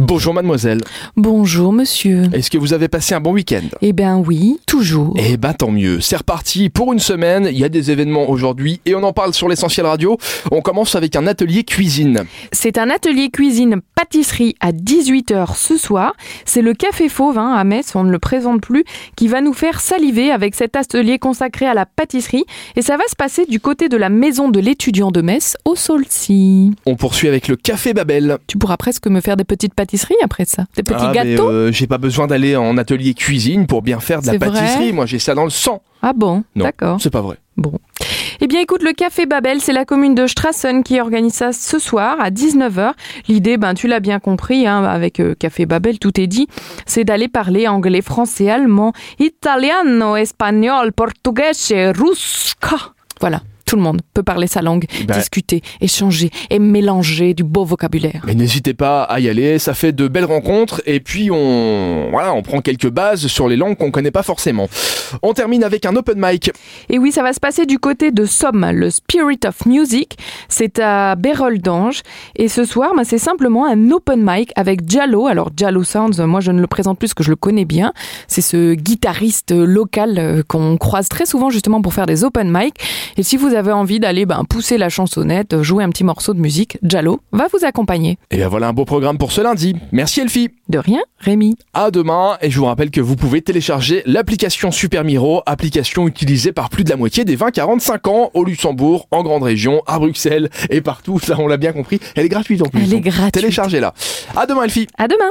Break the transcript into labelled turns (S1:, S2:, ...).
S1: Bonjour mademoiselle.
S2: Bonjour monsieur.
S1: Est-ce que vous avez passé un bon week-end
S2: Eh ben oui, toujours.
S1: Eh ben tant mieux. C'est reparti pour une semaine. Il y a des événements aujourd'hui et on en parle sur l'essentiel radio. On commence avec un atelier cuisine.
S2: C'est un atelier cuisine pâtisserie à 18h ce soir. C'est le Café Fauve hein, à Metz, on ne le présente plus, qui va nous faire saliver avec cet atelier consacré à la pâtisserie. Et ça va se passer du côté de la maison de l'étudiant de Metz, au Solcy.
S1: On poursuit avec le café Babel.
S2: Tu pourras presque me faire des petites pâtisseries après ça. Des petits
S1: Ah, mais,
S2: gâteaux
S1: euh, j'ai pas besoin d'aller en atelier cuisine pour bien faire de la
S2: C'est vrai
S1: pâtisserie. Moi j'ai ça dans le sang.
S2: Ah bon
S1: euh, Non.
S2: D'accord.
S1: C'est pas vrai.
S2: Bon. Eh bien écoute, le Café Babel, c'est la commune de Strassen qui organise ça ce soir à 19h. L'idée, ben tu l'as bien compris, hein, avec euh, Café Babel, tout est dit, c'est d'aller parler anglais, français, allemand, italiano, espagnol, portugais et rusca. Voilà. Tout le monde peut parler sa langue,
S1: Ben-
S2: discuter, échanger et mélanger du beau vocabulaire.
S1: Mais n'hésitez pas à y aller. Ça fait de belles rencontres et puis on voilà, on prend quelques bases sur les langues qu'on connaît pas forcément. On termine avec un open mic.
S2: Et oui, ça va se passer du côté de Somme, le Spirit of Music. C'est à Bérol d'Ange. Et ce soir, bah, c'est simplement un open mic avec Jallo. Alors, Jallo Sounds, euh, moi, je ne le présente plus parce que je le connais bien. C'est ce guitariste euh, local euh, qu'on croise très souvent justement pour faire des open mic. Et si vous avez envie d'aller ben, pousser la chansonnette, euh, jouer un petit morceau de musique, Jallo va vous accompagner.
S1: Et bien voilà un beau programme pour ce lundi. Merci Elfie.
S2: De rien, Rémi.
S1: À demain et je vous rappelle que vous pouvez télécharger l'application Super Miro, application utilisée par plus de la moitié des 20-45 ans au Luxembourg, en grande région, à Bruxelles et partout, ça on l'a bien compris, elle est gratuite en plus.
S2: Elle est
S1: Donc,
S2: gratuite.
S1: Téléchargez-la. À demain Elfie.
S2: À demain.